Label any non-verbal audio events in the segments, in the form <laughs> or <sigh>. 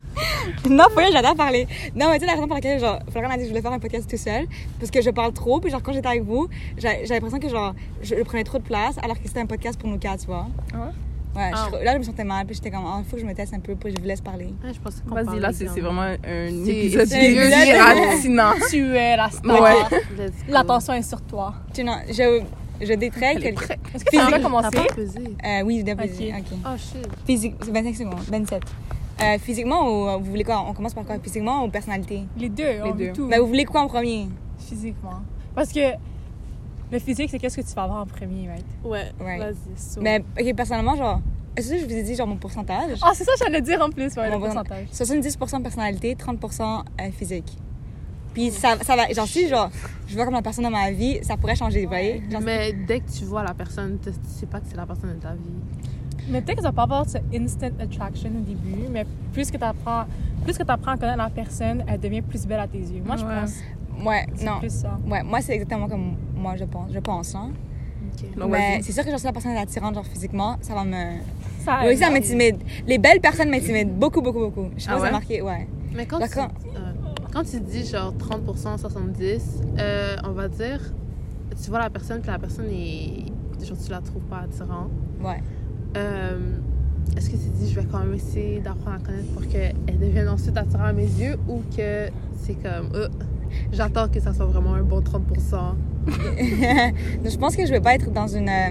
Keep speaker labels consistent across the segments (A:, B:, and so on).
A: <laughs> Non, pour vrai, j'adore parler. Non, mais tu sais, la raison pour laquelle, genre, Florian m'a dit que je voulais faire un podcast tout seul, parce que je parle trop, puis genre, quand j'étais avec vous, j'avais j'avais l'impression que, genre, je prenais trop de place, alors que c'était un podcast pour nous quatre, tu vois.
B: Ah
A: Ouais, je
C: Ah.
A: trou- là, je me sentais mal, puis j'étais comme, il faut que je me teste un peu, puis je vous laisse parler.
C: Ouais, je pensais qu'on
B: Vas-y,
C: parlait
B: là, c'est c'est
C: comme-
B: vraiment un
C: C'est-
B: épisode
A: c'est-
B: déracinant.
D: Tu es la star.
B: Ouais.
C: Let's go.
D: L'attention est sur toi.
A: Tu non, je, je détrais
B: Elle est
A: quelqu'un.
D: Est-ce que tu veux
C: T'as
D: commencer?
C: pas pesé.
A: Euh, oui, je dois
D: Ok.
A: poser, ok.
C: Oh shit.
A: Physique, c'est 25 secondes, 27. Euh, physiquement, ou, euh, vous voulez quoi On commence par quoi Physiquement ou personnalité
D: Les deux, on
B: deux.
D: veut tout.
A: Ben, vous voulez quoi en premier
D: Physiquement. Parce que le physique, c'est qu'est-ce que tu vas avoir en premier, mec.
C: Ouais,
A: Ouais.
C: vas-y. saute.
A: Mais, ok, personnellement, genre, est-ce que je vous ai dit, genre, mon pourcentage
D: Ah, c'est ça que j'allais dire en plus, ouais,
A: Mon
D: le
A: bon-
D: pourcentage.
A: 70% personnalité, 30% euh, physique. Puis ça, ça va, genre, si, genre, je vois comme la personne dans ma vie, ça pourrait changer, vous voyez Genre,
C: <laughs> Mais dès que tu vois la personne, tu tu sais pas que c'est la personne de ta vie.
D: Mais peut-être que ça peut avoir cette instant attraction au début, mais plus que tu apprends, plus que t'apprends à connaître la personne, elle devient plus belle à tes yeux. Moi, je
B: Ouais.
D: pense que
A: ouais,
D: c'est
A: non.
D: plus ça.
A: Ouais, moi, c'est exactement comme moi, je pense, je pense, hein.
B: Non,
A: mais
B: vas-y.
A: c'est sûr que, genre, si la personne est attirante, genre, physiquement, ça va me.
D: Ça
A: Oui, ça
D: aide.
A: m'intimide. Les belles personnes m'intimident beaucoup, beaucoup, beaucoup. Je sais
B: Ah
A: pas si
B: ouais?
A: vous marqué, ouais.
C: Mais quand tu,
A: D'accord.
C: euh, quand tu dis genre 30%, 70%, euh, on va dire, tu vois la personne, puis la personne est. Genre, tu la trouves pas attirante.
A: Ouais.
C: Euh, Est-ce que tu dis, je vais quand même essayer d'apprendre à connaître pour qu'elle devienne ensuite attirante à mes yeux ou que c'est comme, euh, j'attends que ça soit vraiment un bon 30%?
A: <laughs> Donc, je pense que je vais pas être dans une. euh,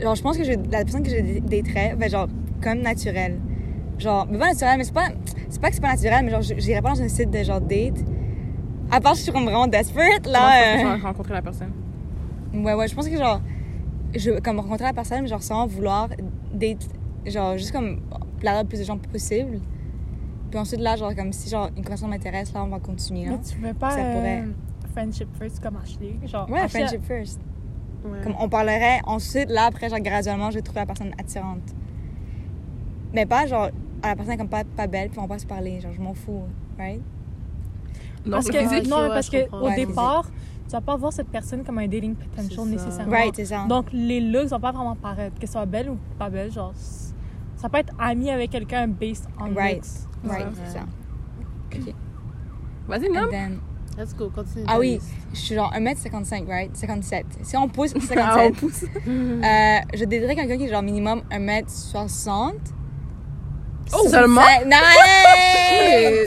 A: Genre, je pense que je- la personne que je dé- daterais va être genre comme naturelle. Genre, mais pas naturelle, mais c'est pas, c'est pas que c'est pas naturel, mais genre, je- j'irais pas dans un site de genre date. À part si je suis comme vraiment desperate,
B: Comment
A: là.
B: ça, rencontrer la personne?
A: euh, Ouais, ouais, je pense que genre. Je, comme rencontrer la personne, mais genre sans vouloir date. Genre, juste comme plaire le plus de gens possible. Puis ensuite, là, genre, comme si genre une conversation m'intéresse, là, on va continuer. là.
D: Mais tu veux pas
A: Ça pourrait.
D: euh, friendship first comme Ashley. Genre,
A: Ouais,
D: Ashley-
A: friendship first.
C: Ouais.
A: Comme on parlerait ensuite, là, après, genre, graduellement, je vais trouver la personne attirante. Mais pas, genre, à la personne comme pas, pas belle, puis on va se parler. Genre, je m'en fous, right?
B: Non,
D: Parce
B: c'est
D: que, euh,
B: physique.
C: physique.
D: non,
C: Ouais,
D: mais parce
C: je
D: que
C: comprends.
D: au
A: Ouais, physique.
D: départ, tu vas pas voir cette personne comme un dating potential
C: C'est ça.
D: nécessairement.
A: Right, c'est ça.
D: Donc les looks vont pas vraiment paraître, que ce soit belle ou pas belle, genre c- ça peut être ami avec quelqu'un based on
A: Right.
D: looks.
A: right,
C: Ouais.
A: c'est ça.
B: Vas-y,
A: And
B: non.
A: then,
C: Let's go, continue.
A: Ah
C: ta
A: oui. <laughs>
C: liste.
A: je suis genre 1m55, right? 57. Si
B: <laughs>
A: on pousse
B: Ah, on
A: 57,
B: pousse.
A: euh, je dédirais quelqu'un qui est genre minimum 1m60.
B: Oh! Seulement?
A: Non!
B: <laughs>
A: hey!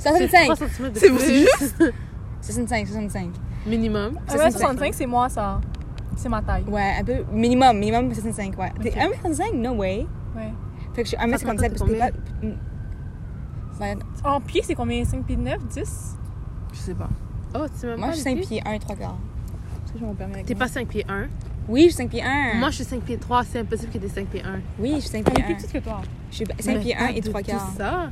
C: C'est 3
A: 65!
C: centimètres de
B: Euh, C'est
C: plus.
B: c'est juste.
A: <laughs> 65, 65.
C: Minimum.
D: Ah ouais, 65, c'est moi ça. C'est ma taille.
A: Ouais, un peu minimum, minimum 65, ouais. T'es
D: Ok.
A: 1m65? No way.
D: Ouais.
A: Fait que je suis
C: Ça fait
A: 1m57 parce que t'es
C: combien?
A: pas. Mm. Ouais,
D: En pied, c'est combien 5 pieds 9, 10
B: Je sais pas.
C: Oh, tu m'as
A: moi, je suis 5 pieds 1 et 3 quarts.
B: Est-ce que je m'en permets avec
C: T'es
B: moi?
C: pas 5 pieds 1.
A: Oui, je suis 5 pieds 1.
C: Moi, je suis 5 pieds 3. C'est impossible que t'aies 5 pieds 1.
A: Oui, je suis 5
D: Elle
A: pieds
D: est
A: 1.
D: Ah, plus petite que toi.
A: Je suis 5 pieds 1 et 3 quarts.
C: C'est ça?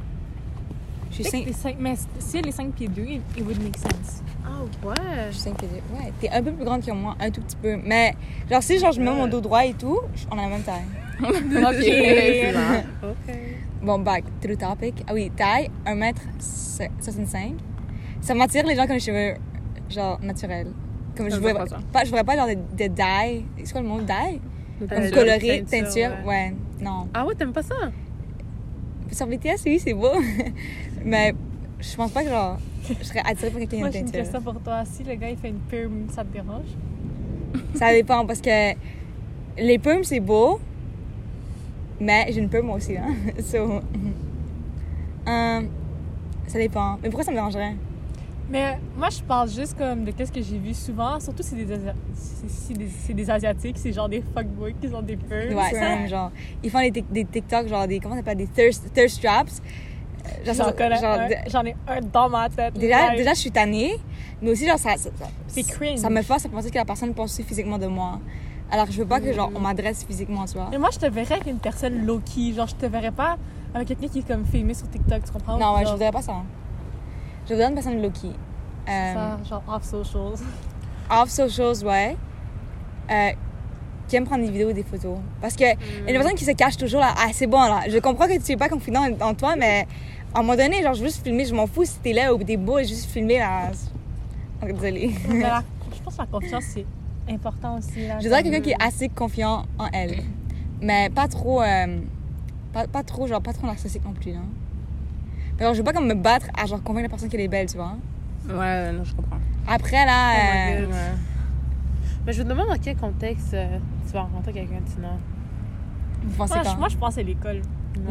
A: Je suis
D: Fait que
A: 5
D: t'es cinq- mais si elle est 5 pieds 2, it it would make sense.
C: Ah ouais.
B: <laughs>
A: je suis 5 pieds 2. Ouais, t'es un peu plus grande que moi, un tout petit peu. Mais, genre, si genre, je mets mon dos droit et tout, je- on a la même taille. <laughs>
B: C'est ça.
C: Ok.
A: Bon, back to the topic. Ah oui, taille, 1m65. Ça m'attire les gens comme les cheveux, genre, naturels. Comme
B: Ça
A: je
B: me fait
A: voudrais
B: pas ça.
A: pas, je voudrais pas genre de, de dye. C'est quoi le mot dye? Comme
C: Euh,
A: coloré,
C: teinture,
A: teinture.
C: ouais.
A: Ouais, non.
C: Ah ouais, t'aimes pas ça?
A: Sur BTS, oui, c'est beau. <laughs> mais je pense pas que genre, je serais attirée par quelqu'un
D: Moi,
A: qui
D: j'ai
A: a une
D: une
A: teinture.
D: question pour toi. Si le gars il fait une perm, ça te dérange
A: Ça dépend parce que les plumes, c'est beau, mais j'ai une plume moi aussi. Hein? <laughs> So, euh, ça dépend. Mais pourquoi ça me dérangerait?
D: Mais moi, je parle juste comme de qu'est-ce que j'ai vu souvent, surtout si c'est des, Asi- si- si des- c'est des Asiatiques, c'est genre des fuckboys qui ont des peurs.
A: Ouais, c'est même genre. Ils font des, tic- des TikTok, genre des. Comment ça s'appelle? Des thirst, thirst traps. Euh, Genre,
D: J'en
A: ça-
D: connais
A: genre,
D: un,
A: de-
D: j'en ai un dans ma tête.
A: Déjà,
D: live.
A: déjà, je suis tannée, mais aussi, genre, ça, ça, ça-
D: C'est cringe.
A: ça me force à penser que la personne pense aussi physiquement de moi. Alors, je veux pas que,
D: Mm.
A: genre, on m'adresse physiquement, tu vois.
D: Mais moi, je te verrais avec une personne low-key. Genre, je te verrais pas avec quelqu'un qui est comme filmé sur TikTok, tu comprends?
A: Non, ouais, je
D: Genre,
A: voudrais pas ça. hein. Je voudrais une personne low-key. Euh,
D: ça, genre off socials.
A: <laughs> off socials, ouais. Euh, qui aime prendre des vidéos et des photos. Parce que y a une personne qui se cache toujours là, ah, c'est bon là, je comprends que tu es pas confident en- en toi, mais à un moment donné, genre, je veux juste filmer, je m'en fous si t'es là ou t'es beau, juste filmer là. Oh, Désolée.
D: Mais la- je pense que la confiance, c'est important aussi. Là,
A: Je dirais quelqu'un qui est assez confiant en elle, mais pas trop, euh, pas, pas trop, genre, pas trop narcissique non plus, là. Mais genre, je veux pas comme me battre à genre convaincre la personne qu'elle est belle, tu vois.
E: Ouais, non, je comprends.
A: Après, là.
C: Oh my
A: euh,
C: God.
E: Ouais.
C: Mais je me demande dans quel contexte euh, tu vas rencontrer quelqu'un, Tina.
A: vous pensez
D: Moi, je-
A: quoi
D: moi, je pense à l'école.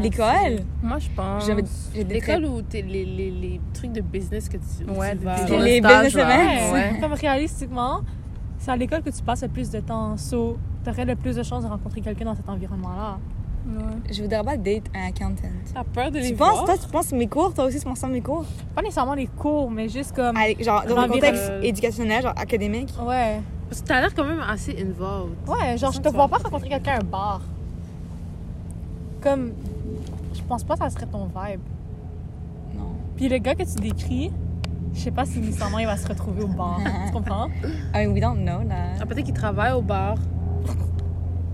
A: L'école
E: Moi, je pense.
A: J'avais- j'ai des
C: L'école ou t'es- les, les, les trucs de business que tu, où
E: Ouais,
C: tu vas.
A: des- Les businessmen.
E: Ouais.
D: Comme réalistiquement, c'est à l'école que tu passes le plus de temps. So, t'aurais le plus de chances de rencontrer quelqu'un dans cet environnement-là.
A: traits- Je voudrais pas date un accountant.
C: T'as peur de les
A: Tu
C: voir?
A: penses, toi, tu penses mes cours, toi aussi, tu penses à mes cours
D: Pas nécessairement les cours, mais juste comme.
A: Avec- Ah, Genre, dans le
D: L'environnement.
A: contexte éducationnel, genre académique.
D: Ouais.
C: Parce que t'as l'air quand même assez involved.
D: Ouais, genre, je te vois pas rencontrer quelqu'un à un bar. Comme. Je pense pas que ça serait ton vibe.
A: Non.
D: Puis le gars que tu décris, je sais pas si nécessairement il va se retrouver
A: <laughs>
D: au bar. tu comprends?
A: I mean, we don't know, là.
C: Ah, peut-être qu'il travaille au bar.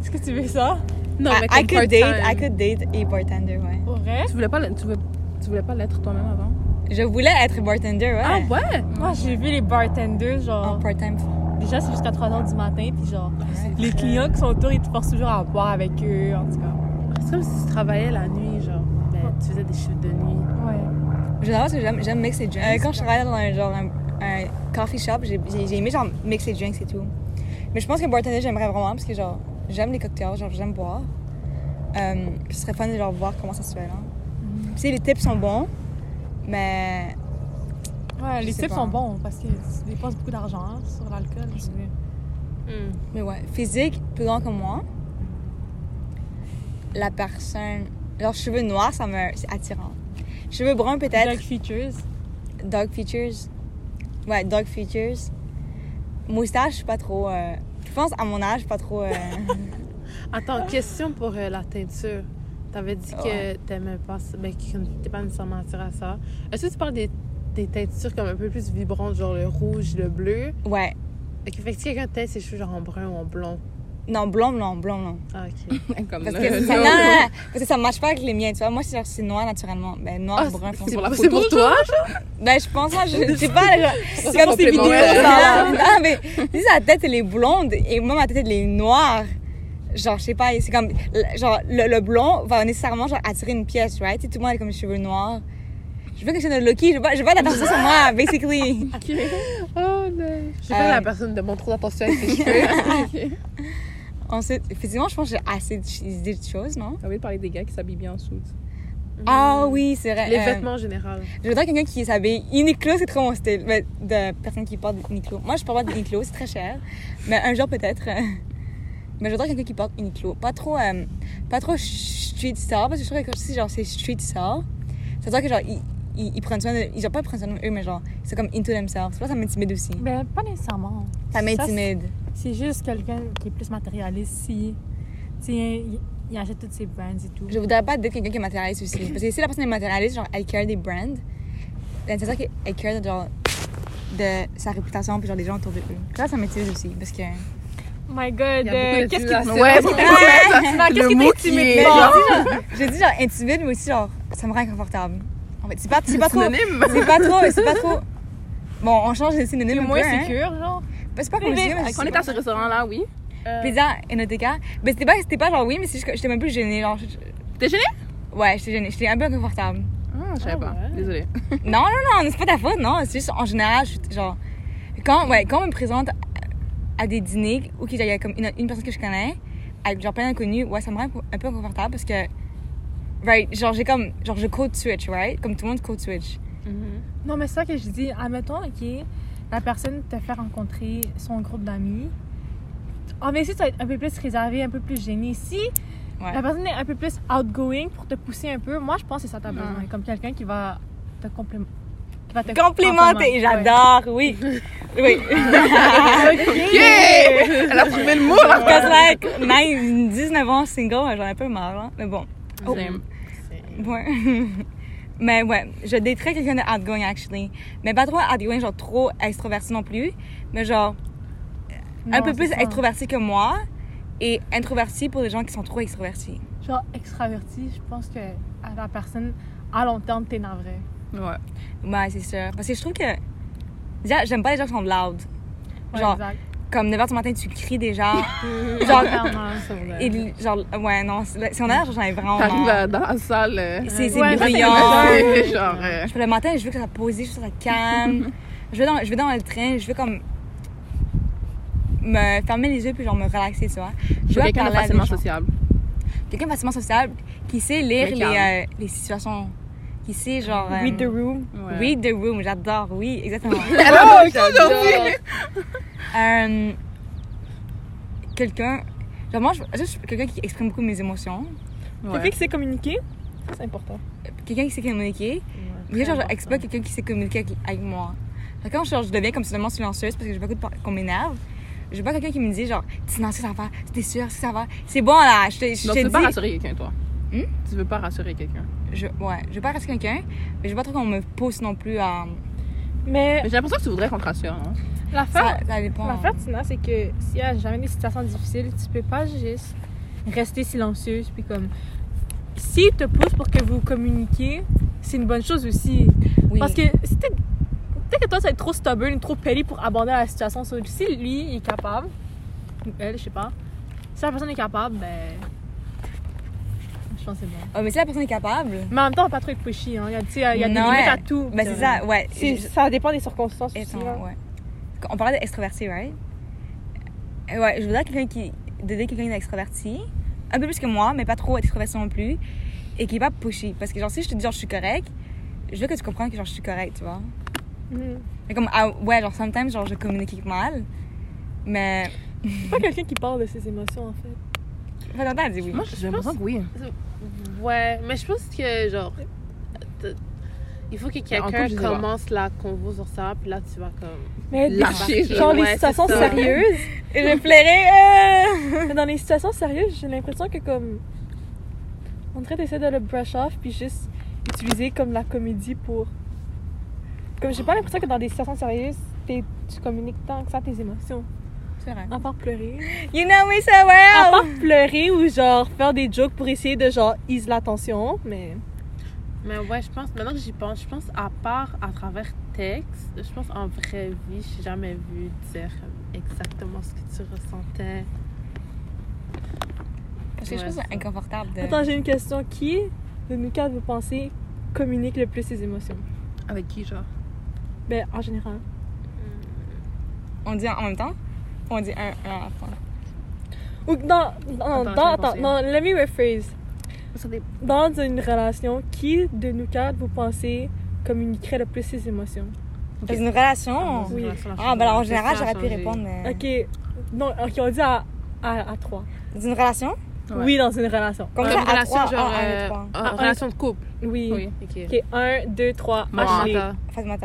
D: Est-ce que tu veux ça?
C: Non,
A: I,
C: Ah, mais
A: Ah, I
C: comme
A: could
C: part-time.
A: date, I could date et bartender, ouais.
D: Pour vrai?
E: Tu voulais pas, l'être- tu voulais, tu voulais pas l'être toi-même avant?
A: Je voulais être bartender, ouais.
C: Ah ouais?
D: Moi, j'ai vu les bartenders,
A: En
D: genre.
A: part-time.
D: Déjà, c'est jusqu'à 3 h du matin, puis genre. Les clients qui sont autour, ils te forcent toujours à boire avec eux, en tout cas.
C: C'est comme si tu travaillais la nuit, genre. Ben, tu faisais des chiffres de nuit.
D: Ouais.
A: Généralement, parce que j'aime- j'aime mix et drinks. Euh, quand je travaillais dans un, genre, un, un coffee shop, j'ai j'ai- j'ai aimé genre mix et drinks et tout. Mais je pense que bartender, j'aimerais vraiment parce que genre, j'aime les cocktails, genre, j'aime boire. Euh, puis ce serait fun de genre voir comment ça se fait là. Tu sais, les tips sont bons, mais
D: Ouais,
A: Je
D: les
A: sais
D: tips
A: pas.
D: sont bons parce que tu dépenses beaucoup d'argent hein, sur l'alcool. je dirais.
A: Mais ouais, physique, plus grand que moi. La personne. Genre, cheveux noirs, ça me. C'est attirant. Cheveux bruns,
D: Dark
A: peut-être.
D: features.
A: Dog features. Ouais, dog features. Moustache, je suis pas trop. euh, Je pense à mon âge, pas trop. euh,
C: Attends, question pour euh, la teinture. T'avais dit que
A: Ouais.
C: t'aimais pas ça- ben, que t'es pas nécessairement attirée à ça. Est-ce que tu parles des, des teintures comme un peu plus vibrantes, genre le rouge, le bleu?
A: Ouais.
C: Ok, fait que si quelqu'un teint ses cheveux genre en brun ou en blond.
A: Non, blond, blond, blond, blond.
C: Ah, ok.
E: <laughs> Comme
A: Parce
C: <laughs>
E: le-
A: que, ça, non, non,
E: le-
A: non, parce que ça marche pas avec les miens, tu vois. Moi, c'est genre, c'est noir naturellement. Ben, noir,
C: Ah,
A: brun,
C: c'est-
A: foncé.
E: pour la
C: C'est
E: photo,
C: pour <laughs> toi?
A: Ben, je pense, hein, je je sais pas. genre, C'est comme ces
E: complément,
A: vidéos.
E: ouais.
A: là. Non, mais si sa tête, elle est blonde et moi, ma tête, elle est noire. Genre, je sais pas, c'est comme. l- Genre, le, le blond va nécessairement genre, attirer une pièce, right? Tu sais, tout le monde a comme les cheveux noirs. Je veux quelque chose de Loki, je veux pas, je veux pas d'attention sur moi, basically.
C: Oh non. Je sais
A: Euh.
C: pas la personne de mon trop d'attention avec
E: <laughs>
C: ses cheveux.
E: Ah,
A: Ensuite, effectivement, je pense que j'ai assez de ch- d'idées de choses, non?
C: Mm. Ah
E: T'as envie de parler des gars qui s'habillent bien en suite.
A: Ah oui, c'est vrai.
C: Les
A: euh,
C: vêtements en général.
A: Je voudrais quelqu'un qui s'habille Uniqlo, c'est trop mon style. Mais de personnes qui portent Uniqlo. Moi, je porte pas de Uniqlo, c'est très cher. Mais un jour peut-être. euh, Mais je voudrais quelqu'un qui porte Uniqlo. Pas trop, euh, pas trop ch- street star parce que je trouve que si genre c'est street star, ça veut dire que genre ils, ils, ils prennent soin de, ils ont pas prennent soin de eux, mais genre ils sont comme into themselves. Moi, ça m'intimide aussi.
D: Mais Ben, pas nécessairement.
A: Ça
D: c'est-
A: m'intimide.
D: C'est juste quelqu'un qui est plus matérialiste. Si, tiens, il, il achète toutes ses brands et tout.
A: Je voudrais pas d'être quelqu'un qui est matérialiste aussi. Parce que si la personne est matérialiste, genre elle care des brands, ben, ça veut dire qu'elle care de, genre de sa réputation puis genre des gens autour de eux. Ça, ça m'intimide aussi parce que
D: Oh my god,
C: Il y a beaucoup
D: euh,
C: de
D: qu'est-ce qui
C: dilations.
E: Ouais, bon,
D: Non, qu'est-ce qui t'intimide?
A: Mais
E: genre,
A: J'ai dit genre intimide, mais aussi genre ça me rend inconfortable. En fait, c'est pas, c'est pas trop.
E: synonyme.
A: C'est pas trop, c'est pas trop. Bon, on change les synonymes.
D: C'est
A: un peu,
D: moins
A: hein.
D: sécure, genre.
A: Ben, C'est pas comme
D: Mais-
A: mais
D: mais-
A: je
E: Quand on
A: sais
E: est à
A: pas.
E: ce restaurant-là, oui.
C: Euh,
A: Pizza et Noteka. Ben, c'était pas, c'était pas genre oui, mais c'est juste que j'étais même plus gênée. Genre, je- je-
E: T'es gênée?
A: ouais, j'étais gênée. J'étais un peu inconfortable.
E: Ah, je savais
C: Ah
E: pas.
C: ouais.
E: Désolée.
A: non, non, non, c'est pas ta faute, non. C'est juste en général, je suis genre. Quand, ouais, quand on me présente à des dîners où il y a comme une, une personne que je connais, avec genre plein d'inconnus, ouais, ça me rend un peu inconfortable parce que. Right, genre j'ai comme. Genre je code switch, right? Comme tout le monde code switch.
C: mhm.
D: Non, mais c'est ça que je dis. Admettons, ok, la personne te fait rencontrer son groupe d'amis. Ah, mais si tu vas être un peu plus réservé, un peu plus gêné. Si
A: Ouais.
D: La personne est un peu plus outgoing pour te pousser un peu. Moi, je pense que ça t'a besoin. Comme quelqu'un qui va te complémenter. Qui va te
A: Complimenter,
D: complimenter,
A: j'adore, oui. <laughs> Oui. <laughs>
E: Yeah! Elle a trouvé le mot, là.
A: Parce que, like, nine- 19 ans single, j'en ai un peu marre, là. Mais bon. Oh.
E: Same.
A: Ouais. <laughs> Mais ouais, je daterais quelqu'un de outgoing, actually. Mais pas trop outgoing, genre trop extroverti non plus. Mais genre,
D: Ouais.
A: un
D: Non,
A: peu plus
D: c'est ça.
A: extroverti que moi. Et introverti pour les gens qui sont trop extrovertis.
D: Genre extraverti, je pense que à la personne, à long terme, t'énerverais.
E: Ouais.
A: Ouais, c'est sûr. Parce que je trouve que. Déjà, j'aime pas les gens qui sont loud.
D: Ouais,
A: Genre,
D: exact.
A: comme 9h du matin, tu cries
D: <laughs>
A: déjà. <laughs> genre,
C: Ah,
D: Clairement.
C: Et
A: et, genre, ouais, non, c'est- si on a, genre, j'en ai vraiment.
E: T'arrives
A: marre.
E: euh, dans la salle. euh,
A: C'est c'est
D: Ouais, ça, c'est
A: bruyant.
D: vrai.
E: c'est genre. euh,
A: Je- Le matin, je veux que ça posé, je veux que ça calme. je, vais dans, je vais dans le train, je veux comme me fermer les yeux puis genre me relaxer, tu vois.
E: Je suis
A: veux
E: quelqu'un
A: parler à
E: de
A: des
E: facilement
A: gens.
E: sociable.
A: Quelqu'un de facilement sociable qui sait lire
E: Mais
A: les,
E: calme.
A: euh, les situations, qui sait genre... euh,
D: Read the room.
E: Ouais.
A: Read the room, j'adore, oui, exactement.
E: Oh, <laughs> aujourd'hui!
A: Euh, quelqu'un... Genre moi, je, je suis quelqu'un qui exprime beaucoup mes émotions,
D: Quelqu'un qui sait communiquer, ça, c'est important.
A: quelqu'un qui sait communiquer. Déjà, genre, je suis pas quelqu'un qui sait communiquer avec, avec moi. Fait que Quand genre, je deviens comme seulement silencieuse parce que j'ai pas goût de par- qu'on m'énerve, je veux pas quelqu'un qui me dit genre, t'es silencieux, ça va, t'es sûr, ça va. C'est bon là, je te, je
E: Donc,
A: te
E: tu veux pas
A: dis.
E: rassurer quelqu'un, toi?
A: Hmm?
E: Tu veux pas rassurer quelqu'un?
A: Je, ouais, je veux pas rassurer quelqu'un, mais je veux pas trop qu'on me pousse non plus à.
D: Mais
E: Mais j'ai l'impression que tu voudrais qu'on te rassure. hein.
D: l'affaire,
A: Ça, ça dépend.
D: l'affaire, Tina, c'est que s'il y a jamais des situations difficiles, tu peux pas juste rester silencieuse. Puis comme, s'ils te poussent pour que vous communiquiez, c'est une bonne chose aussi.
A: Oui.
D: Parce que si t'es- peut-être que toi, tu vas être trop stubborn, trop petty pour aborder la situation. So, si lui il est capable, ou elle, je sais pas, si la personne est capable, ben. Je pense que c'est bon.
A: Oh, mais si la personne est capable,
D: Mais en même temps, on va pas trop être pushy. Hein. Il y a, tu sais, il y a des
A: Non,
D: limites
A: ouais.
D: à tout.
A: ben c'est ça, ouais.
D: C'est-
A: Je-
D: Ça dépend des circonstances aussi. hein.
A: Attends,
D: là.
A: ouais. On parlait d'extroverti, right? Euh, Ouais, je voudrais quelqu'un qui. d'aider quelqu'un d'extroverti. Un peu plus que moi, mais pas trop extroverti non plus. Et qui est pas pushy. Parce que, genre, si je te dis, genre, je suis correct, je veux que tu comprennes que, genre, je suis correct, tu vois.
D: Mhm.
A: Mais comme, ah, ouais, genre, sometimes, genre, je communique mal. Mais.
D: C'est pas quelqu'un qui parle de ses émotions, en fait.
A: Enfin, t'entends, elle dit oui.
E: Moi, j'ai l'impression que oui.
C: Ouais, mais je pense que, genre, t- il faut que
E: en
C: quelqu'un
E: couple, je sais pas.
C: commence la convo sur ça, puis là, tu vas comme.
D: Mais
E: des- Lâcher,
D: dans
C: genre.
D: les
C: Ouais, c'est
D: situations
C: ça.
D: sérieuses,
A: Et je
D: <laughs>
A: plairais, euh,
D: mais dans les situations sérieuses, j'ai l'impression que comme on dirait d'essayer de le brush off puis juste utiliser comme la comédie pour comme j'ai pas l'impression que dans des situations sérieuses, t'es- tu communiques tant que ça tes émotions,
A: C'est vrai.
D: à part pleurer.
A: You know me so well!
D: À part pleurer ou genre faire des jokes pour essayer de genre ease la tension, mais
C: Mais ouais, je pense, maintenant que j'y pense, je pense à part à travers texte, je pense en vraie vie, je n'ai jamais vu dire euh, exactement ce que tu ressentais.
A: Parce que je
C: Ouais,
A: trouve ça
C: c'est ça.
A: inconfortable de.
D: attends, j'ai une question qui de nous quatre vous pensez communique le plus ses émotions
E: Avec qui, genre?
D: Ben en général.
A: On dit en en même temps? On dit un, un à la fois.
D: Ou dans dans,
C: Attends,
D: dans,
C: je vais
D: attends,
C: penser.
D: non, let me rephrase.
E: Ça dépend.
D: Dans une relation, qui de nous quatre vous pensez communiquerait le plus ses émotions?
A: Dans une relation?
D: Oui.
A: Ah, ben alors en général, j'aurais pu répondre. mais-
D: Ok, non, ok, on dit à, à, à trois.
A: Dans une relation?
E: Ouais.
D: Oui, dans une relation.
A: Comme
C: Comme
A: ça, à
C: relation,
A: trois,
C: genre.
A: ah, un,
C: euh,
A: trois.
C: en
D: Ah, un.
C: relation de couple.
D: Oui.
E: Oui.
C: Ok.
D: Ok, un, deux, trois.
E: Moi,
D: Ashley.
C: Moi
A: Faites-moi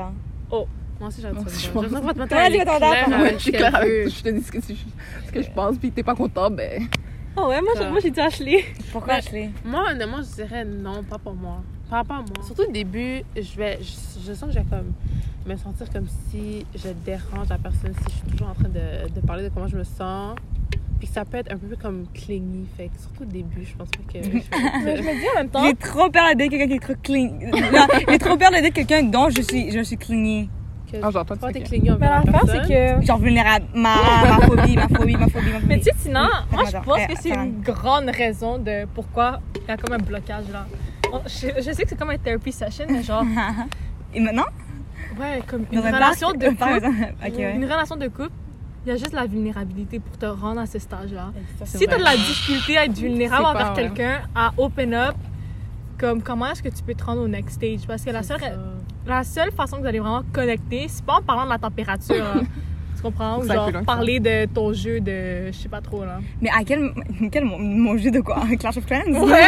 C: aussi, j'aurais
E: Moi
C: dit
E: aussi,
C: ça.
E: je pense.
C: J'ai l'impression que votre
A: Toi,
C: mental
A: dis
C: est
A: ton
C: claire hein,
A: date.
E: Ouais,
C: avec
E: je suis
C: ce
E: claire
C: qu'elle
E: avec
C: veut.
E: je te dis ce que, tu- ce que je pense, puis t'es pas content, ben.
D: Ah ouais, moi, j'ai- moi j'ai dit Ashley.
A: Pourquoi
C: Ouais.
A: Ashley?
C: Moi, honnêtement, je dirais non, pas pour moi. Pas pas moi. Surtout au début, je vais, je, je sens que je vais comme me sentir comme si je dérange la personne, si je suis toujours en train de, de parler de comment je me sens. Puis que ça peut être un peu comme clingy. Fait que surtout au début, je pense pas que. je vais
D: Mais <laughs>
C: être-
D: je me dis en même temps.
A: J'ai trop peur d'être quelqu'un qui est trop cling. <laughs> Non, j'ai trop peur d'être quelqu'un dont je suis, je suis clignée.
C: que
E: Ah,
C: pas
E: j'entends tout
C: t'es
E: ce que-
C: clingy
D: Mais
C: envers la
D: l'affaire, c'est
C: personne.
D: que.
A: Genre vulnérable. Ma, ma phobie, ma phobie, ma phobie, ma phobie.
D: Mais tu sais, sinon,
A: Oui,
D: moi, je
A: attends,
D: pense
A: attends,
D: que c'est
A: attends.
D: une grande raison de pourquoi il y a comme un blocage là. On- je, je sais que c'est comme un therapy session, mais genre,
A: Et maintenant?
D: ouais, comme une
A: Dans un
D: relation
A: parc,
D: de
A: <laughs> par
D: couple.
A: exemple. Ok, ouais.
D: Une relation de couple, il y a juste la vulnérabilité pour te rendre à ce stage-là.
E: C'est
D: Si tu as
E: vrai.
D: de la difficulté à être vulnérable
E: C'est
D: envers
E: pas, ouais.
D: quelqu'un, à open up, comme comment est-ce que tu peux te rendre au next stage? Parce que la
C: C'est
D: seule,
C: ça.
D: la seule façon que vous allez vraiment connecter, c'est pas en parlant de la température.
E: <laughs>
D: là. Tu comprends? Ou
E: Ça,
D: genre
E: plus long que ça. Euh.
D: parler de ton jeu de. Je sais pas trop là.
A: Mais à quel, quel mon, mon jeu de quoi? <laughs> Clash of Clans?
D: Ouais.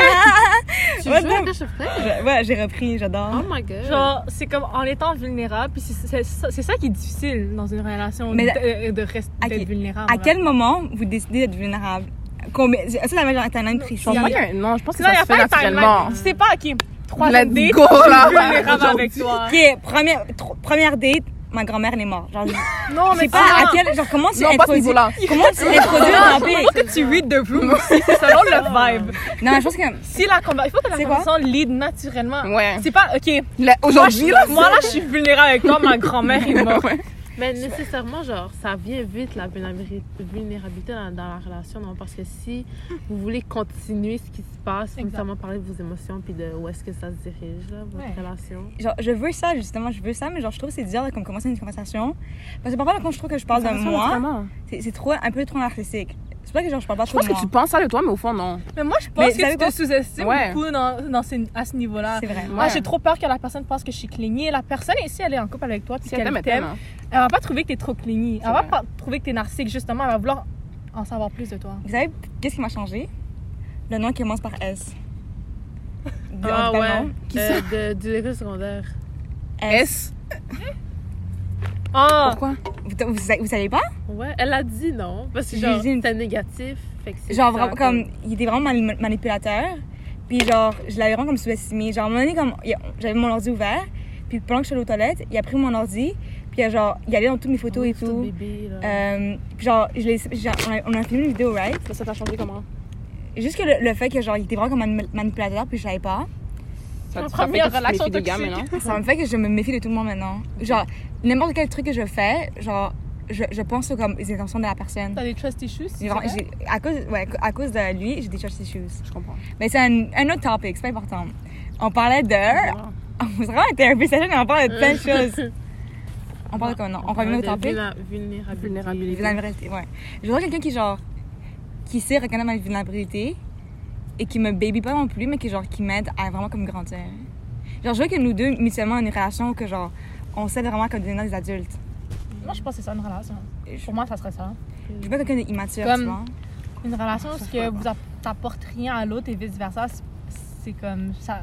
C: Tu
A: Ouais,
C: joues
A: donc-
C: à Clash of Clans?
A: Je- ouais, j'ai repris,
C: Oh
A: j'adore.
C: my god.
D: Genre, c'est comme en étant vulnérable, puis c'est- c'est ça- c'est ça qui est difficile dans une relation,
A: Mais
D: de, euh, de rester
A: à
D: d'être
A: qui-
D: vulnérable.
A: À quel moment vous décidez d'être vulnérable? Combien? Est-ce que la même internet précis?
E: Je pense pas qu'il y a un- Non, je pense que
D: Sinon, il y
E: ça
D: a
E: se
D: pas
E: fait
D: de
E: naturellement.
D: timeline. Tu sais pas, ok, trois
E: Let's
D: dates,
E: go,
D: je suis
E: là. <laughs>
D: vulnérable avec toi.
A: Ok, première, tro- première date, ma grand-mère elle est morte. Genre, je
D: Non,
A: sais
D: mais
A: pas à quel, genre, comment tu
E: Ah, Non, pas à ce
A: introduis,
E: niveau-là.
A: comment tu
E: <laughs>
A: introduis un topic?
D: Comment que tu read the room aussi, c'est selon le vibe.
A: Non, mais je pense que
D: Si la conver- il faut que la
A: C'est quoi?
D: conversation lead naturellement.
E: Ouais.
D: C'est pas, ok,
E: La-
D: moi, je suis-
E: Aujourd'hui, là, <laughs>
D: moi, là, je suis vulnérable avec toi, ma grand-mère est morte.
C: Mais nécessairement, genre, ça vient vite la vulnérabili- vulnérabilité dans, dans la relation, non? Parce que si vous voulez continuer ce qui se passe, faut
D: Exact.
C: notamment parler de vos émotions puis de où est-ce que ça se dirige, là, votre
D: Ouais.
C: relation.
A: Genre, je veux ça, justement, je veux ça, mais genre, je trouve que c'est dur de comme, commencer une conversation. Parce que parfois, quand je trouve que je parle de moi, c'est c'est trop, un peu trop narcissique. C'est pas que genre, je parle pas
E: Je
A: trop
E: pense
A: de
E: que
A: moi.
E: tu penses ça de toi, mais au fond, non.
D: Mais moi, je pense
A: Mais
D: que
A: savez
D: tu
A: quoi?
D: te sous-estimes
E: Ouais.
D: beaucoup dans, dans ces- à ce niveau-là.
A: C'est vrai.
D: Ah,
E: Ouais.
D: j'ai trop peur que la personne pense que je suis clignée. La personne, ici, elle est en couple avec toi, puis
E: Si elle t'aime,
D: qu'elle
E: elle t'aime,
D: t'aime,
E: hein.
D: elle va pas trouver que t'es trop clignée. Elle va
E: vrai.
D: pas trouver que t'es narcissique, justement. Elle va vouloir en savoir plus de toi.
A: Vous savez, qu'est-ce qui m'a changé? Le nom qui commence par S. De-
C: Ah
A: d'un
C: ouais,
A: nom.
C: qui de, de l'école secondaire.
A: S.
E: S.
D: Ah!
E: Pourquoi
A: Vous, vous, sa- vous savez pas?
C: Ouais, elle a dit non, parce que
A: J'ai
C: genre,
A: dit une-
C: c'était négatif. Fait que c'est
A: Genre,
C: ça,
A: vraiment, comme, il était vraiment mani- manipulateur. Puis genre, je l'avais vraiment comme sous-estimé. Genre, à un moment donné, comme, il- j'avais mon ordi ouvert. Puis pendant que je suis allée aux toilettes, il a pris mon ordi. Puis genre, il allait dans toutes mes photos et
C: tout
A: tout.
C: bébé, là.
A: Euh, puis genre, je l'ai- genre, on, a, on a filmé une vidéo, right?
E: Ça, ça t'a changé comment
A: Juste que le, le fait que genre, il était vraiment comme mani- manipulateur, puis je savais <laughs> pas.
E: Ça
D: Ma
E: ça fait
D: première
E: que tu te
D: relation
E: méfies des gars
D: toxique.
E: maintenant.
A: Ça me fait que je me méfie de tout le monde maintenant. Genre, n'importe quel truc que je fais, genre, je, je pense aux comme, les intentions de la personne.
D: T'as des trust issues?
A: J'ai
D: c'est
A: vraiment-
D: vrai?
A: j'ai- à, cause, ouais, à cause de lui, j'ai des trust issues.
E: Je comprends.
A: Mais c'est un, un autre topic, c'est pas important. On parlait de. On se rend un therapy session et on parle de plein de choses. On parle de quoi non? On revient au
C: de
A: topic.
C: vulna- vulnérabilité.
E: Vulnérabilité.
A: Vulnérabilité, ouais. Je vois quelqu'un qui, genre, qui sait reconnaître ma vulnérabilité et qui me baby pas non plus, mais qui, genre, qui m'aide à vraiment comme grandir. Genre, je vois que nous deux, mutuellement, on a une relation que, genre, on s'aide vraiment comme devenir des adultes.
D: Moi, je pense que c'est ça, une relation.
A: Et Je
D: Pour moi, ça serait ça.
A: je vois quelqu'un d'immature,
D: Comme-
A: tu vois.
D: Une relation,
E: Ça,
D: c'est
E: je
D: que
E: crois
D: vous app- t'apportes rien à l'autre et vice-versa. c'est- C'est comme... Ça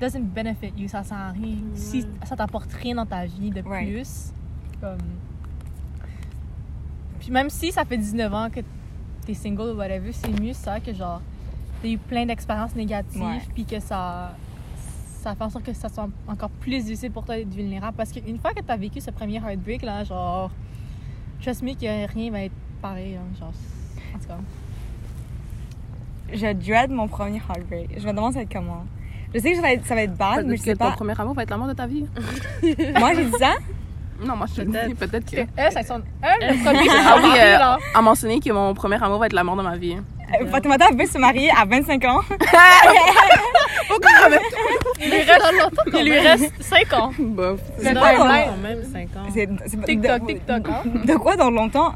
D: doesn't benefit you, ça sert à rien. Si ça t'apporte rien dans ta vie de
A: Ouais.
D: plus, comme... Puis même si ça fait 19 ans que t'es single ou whatever, c'est mieux ça que genre t'as eu plein d'expériences négatives
A: Ouais.
D: puis que ça ça fait en sorte que ça soit encore plus difficile pour toi d'être vulnérable parce qu'une fois que t'as vécu ce premier heartbreak là, genre trust me que rien va être pareil, hein, genre en tout cas.
A: Je dread mon premier heartbreak. Je me demande ça va être comment. Je sais que ça va être, ça va être bad, mais je
E: Peut-être que
A: sais
E: ton
A: pas.
E: premier amour va être l'amour de ta vie.
A: Moi, j'ai dit ça.
E: <laughs> Non, moi, je te le
C: Peut-être.
E: dis. Peut-être que.
D: Elle, c'est son elle, le premier
E: <laughs> Ah oui,
D: c'est
E: euh,
D: là.
E: à mentionner que mon premier amour va être l'amour de ma vie.
A: Euh, Fatoumata veut se marier à 25 ans.
E: <laughs>
D: Il lui reste il lui reste 5 ans.
E: Bof.
A: C'est
C: C'est
A: pas
C: normal
A: normal.
C: quand même, 5 ans.
A: C'est- c'est-
D: TikTok,
A: de-
D: TikTok. Hein?
A: De quoi dans longtemps